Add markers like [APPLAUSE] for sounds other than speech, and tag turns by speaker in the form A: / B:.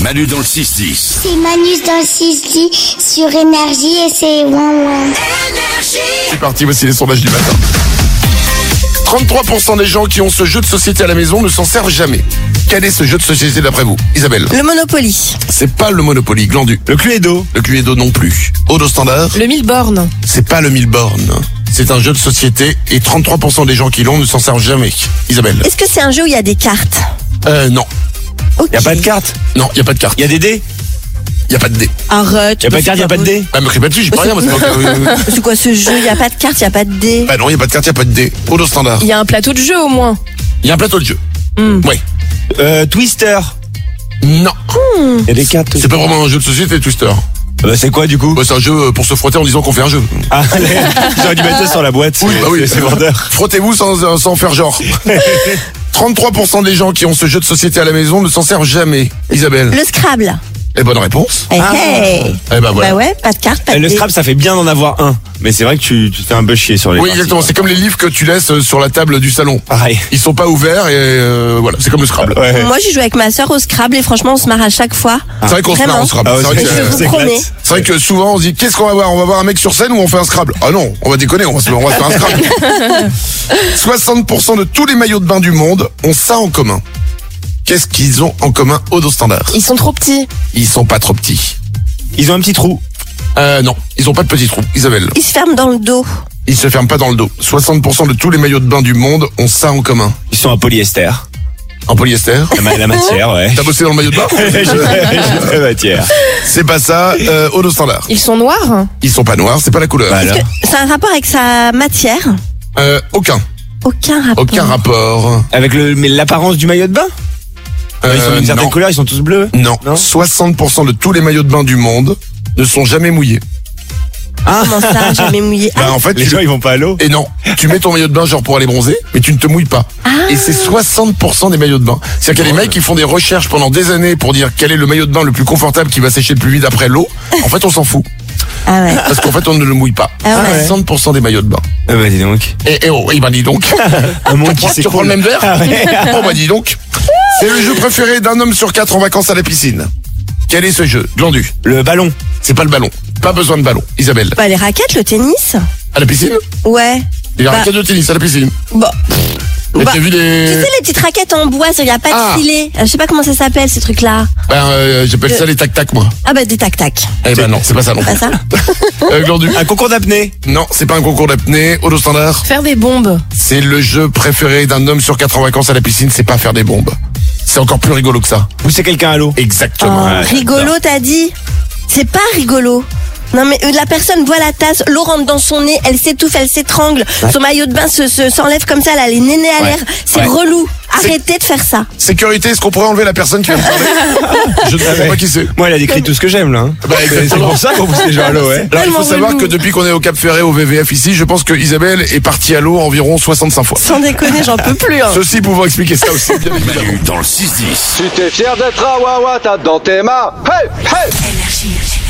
A: Manu dans le 6-10.
B: C'est Manus dans le 6 sur Énergie et c'est Ouin Ouin.
C: C'est parti, voici les sondages du matin. 33% des gens qui ont ce jeu de société à la maison ne s'en servent jamais. Quel est ce jeu de société d'après vous Isabelle
D: Le Monopoly.
C: C'est pas le Monopoly, Glandu.
E: Le Cluedo.
C: Le Cluedo non plus. Odo Standard
D: Le mille bornes.
C: C'est pas le mille bornes. C'est un jeu de société et 33% des gens qui l'ont ne s'en servent jamais. Isabelle
D: Est-ce que c'est un jeu où il y a des cartes
C: Euh, non.
D: Ok.
E: Y a pas de carte.
C: Non, y a pas de carte.
E: Y a des dés.
C: Y a pas de dé.
D: Arrête.
E: Y a pas de carte. Y a pas de dés.
C: Bah, me crie pas dessus, j'ai pas rien, moi, c'est pas- [LAUGHS] euh,
D: C'est quoi ce jeu Il y a pas de carte, il y a pas de dés.
C: Bah non, y a pas de carte, y a pas de dé. Odo Standard.
D: Il y a un plateau de jeu au moins.
C: Y a un plateau de jeu. Ouais.
E: Euh, Twister.
C: Non.
E: Y a des cartes.
C: C'est pas vraiment un jeu de société, Twister.
E: Bah, c'est quoi du coup
C: Bah, c'est un jeu pour se frotter en disant qu'on fait un jeu.
E: Ah, [LAUGHS] J'aurais dû mettre ça sur la boîte.
C: Oui, bah oui.
E: C'est vendeur.
C: [LAUGHS] Frottez-vous sans, euh, sans faire
E: [LAUGHS]
C: genre. 33% des gens qui ont ce jeu de société à la maison ne s'en servent jamais. Isabelle.
D: Le Scrabble.
C: Eh, bonne réponse.
D: Eh,
E: Ah.
D: hey.
C: Eh ben voilà.
D: Bah ouais, pas de carte, pas
E: Eh,
D: de
E: Le
D: dés.
E: scrap, ça fait bien d'en avoir un. Mais c'est vrai que tu, tu te fais un peu chier sur les.
C: Oui,
E: parties,
C: exactement.
E: quoi.
C: C'est comme les livres que tu laisses euh, sur la table du salon.
E: Pareil.
C: Ils sont pas ouverts et euh, voilà, c'est comme le Scrabble.
E: Ouais.
D: Moi, j'ai joué avec ma sœur au Scrabble et franchement, on se marre à chaque fois.
C: C'est vrai qu'on se marre
D: Vraiment
C: au Scrabble.
E: Ah ouais,
C: c'est vrai,
E: c'est
C: que,
D: Je
C: euh,
D: vous
E: c'est
D: promets.
E: éclate.
C: c'est vrai que souvent on se dit qu'est-ce qu'on va voir On va voir un mec sur scène ou on fait un Scrabble Ah non, on va déconner, on va se on va se faire un Scrabble.
E: [LAUGHS]
C: 60% de tous les maillots de bain du monde ont ça en commun. Qu'est-ce qu'ils ont en commun au dos standard
D: Ils sont trop petits.
C: Ils sont pas trop petits.
E: Ils ont un petit trou.
C: Euh non, ils ont pas de petits trous. Isabelle,
D: Ils se ferment dans le dos.
C: ils se ferment pas dans le dos. 60% de tous les maillots de bain du monde ont ça en commun.
E: Ils sont en polyester.
C: En polyester [LAUGHS]
E: La, ma- la matière,
D: [LAUGHS]
E: ouais. [LAUGHS]
C: T'as bossé dans le maillot de bain
E: J'ai très matière.
C: C'est pas ça, euh, au dos standard.
F: Ils sont noirs
C: Ils sont pas noirs, c'est pas la couleur.
E: Bah alors.
D: Est-ce que ça a un rapport avec sa matière
C: Euh, aucun,
D: Aucun rapport.
C: aucun rapport.
E: Avec le, mais l'apparence du maillot de bain Ils sont
C: Euh,
E: d'une certaine
C: non.
E: couleur, ils sont tous bleus
C: Non.
E: Non
C: 60% de tous les maillots de bain du monde ne sont jamais mouillés.
D: Ah. Comment
E: [LAUGHS]
D: ça Jamais mouillé.
C: Bah, en fait,
E: Les
C: tu-
E: gens, ils vont pas à l'eau
C: et non, tu mets ton maillot de bain genre pour aller bronzer, mais tu ne te mouilles pas.
D: Ah.
C: Et c'est 60% des maillots de bain. C'est-à-dire qu'il y a des mecs qui font des recherches pendant des années pour dire quel est le maillot de bain le plus confortable qui va sécher le plus vite après l'eau. En fait, on s'en fout.
D: Ah ouais.
C: Parce qu'en fait, on ne le mouille pas.
D: Ah ouais.
C: 60% des maillots de bain.
E: Ah bah dis donc.
C: Et, et oh, il m'a dit donc.
E: Un monde
C: Tu
E: qui
C: prends, tu prends
E: s'écoule.
C: le même verre [LAUGHS] On m'a dit donc. C'est le jeu préféré d'un homme sur quatre en vacances à la piscine. Quel est ce jeu Glandu.
E: Le ballon.
C: C'est pas le ballon. Pas besoin de ballon. Isabelle.
D: Bah, les raquettes, le tennis
C: À la piscine
D: Ouais.
C: Il y a un
D: Bah.
C: raquette de tennis à la piscine.
D: Bon.
C: Mais
D: Bah.
C: t'as vu
D: Tu sais,
C: les.
D: les petites raquettes en bois, il n'y a pas de
C: Mm. Ah.
D: filet. Je sais pas comment ça s'appelle, ces trucs-là.
C: Ben, euh, j'appelle ça les tac-tac, moi.
D: Ah bah, des tac-tac.
C: Eh ben non, c'est pas ça non.
D: Pas ça
C: Euh, Glandu.
E: Un concours d'apnée.
C: Non, c'est pas un concours d'apnée. Holo standard.
F: Faire des bombes.
D: Oh,
C: C'est le jeu préféré d'un homme sur quatre en vacances à la piscine, c'est pas faire des bombes. C'est encore plus rigolo que ça.
E: Pousser quelqu'un à l'eau.
C: Exactement.
D: Oh,
E: Ouais,
D: Rigolo, t'as dit C'est pas rigolo. Non mais euh, la personne voit la tasse, l'eau rentre dans son nez, elle s'étouffe, elle s'étrangle, son maillot de bain se- se- s'enlève comme ça, elle a les nénés à
E: Ouais.
D: l'air, c'est
E: Ouais.
D: relou. Arrêtez de faire ça.
C: Sécurité, est-ce qu'on pourrait enlever la personne qui vient de parler Ah. [LAUGHS] Je ne
E: Ah,
C: sais pas qui c'est.
E: Moi, elle a décrit tout ce que j'aime là. hein.
C: Bah,
E: C'est
C: exactement.
E: pour ça qu'on pousse les gens à l'eau, ouais.
C: Alors, il faut
F: Tellement
C: savoir
F: relou.
C: que depuis qu'on est au Cap Ferré, au VVF ici, je pense que Isabelle est partie à l'eau environ 65 fois.
D: Sans déconner, j'en peux plus. hein.
C: Ceci pouvant expliquer ça aussi, bien évidemment.
A: Manu dans le 6-10.
G: Tu t'es fier d'être un Wawa, tape dans tes mains. Hey, hey!
H: énergie.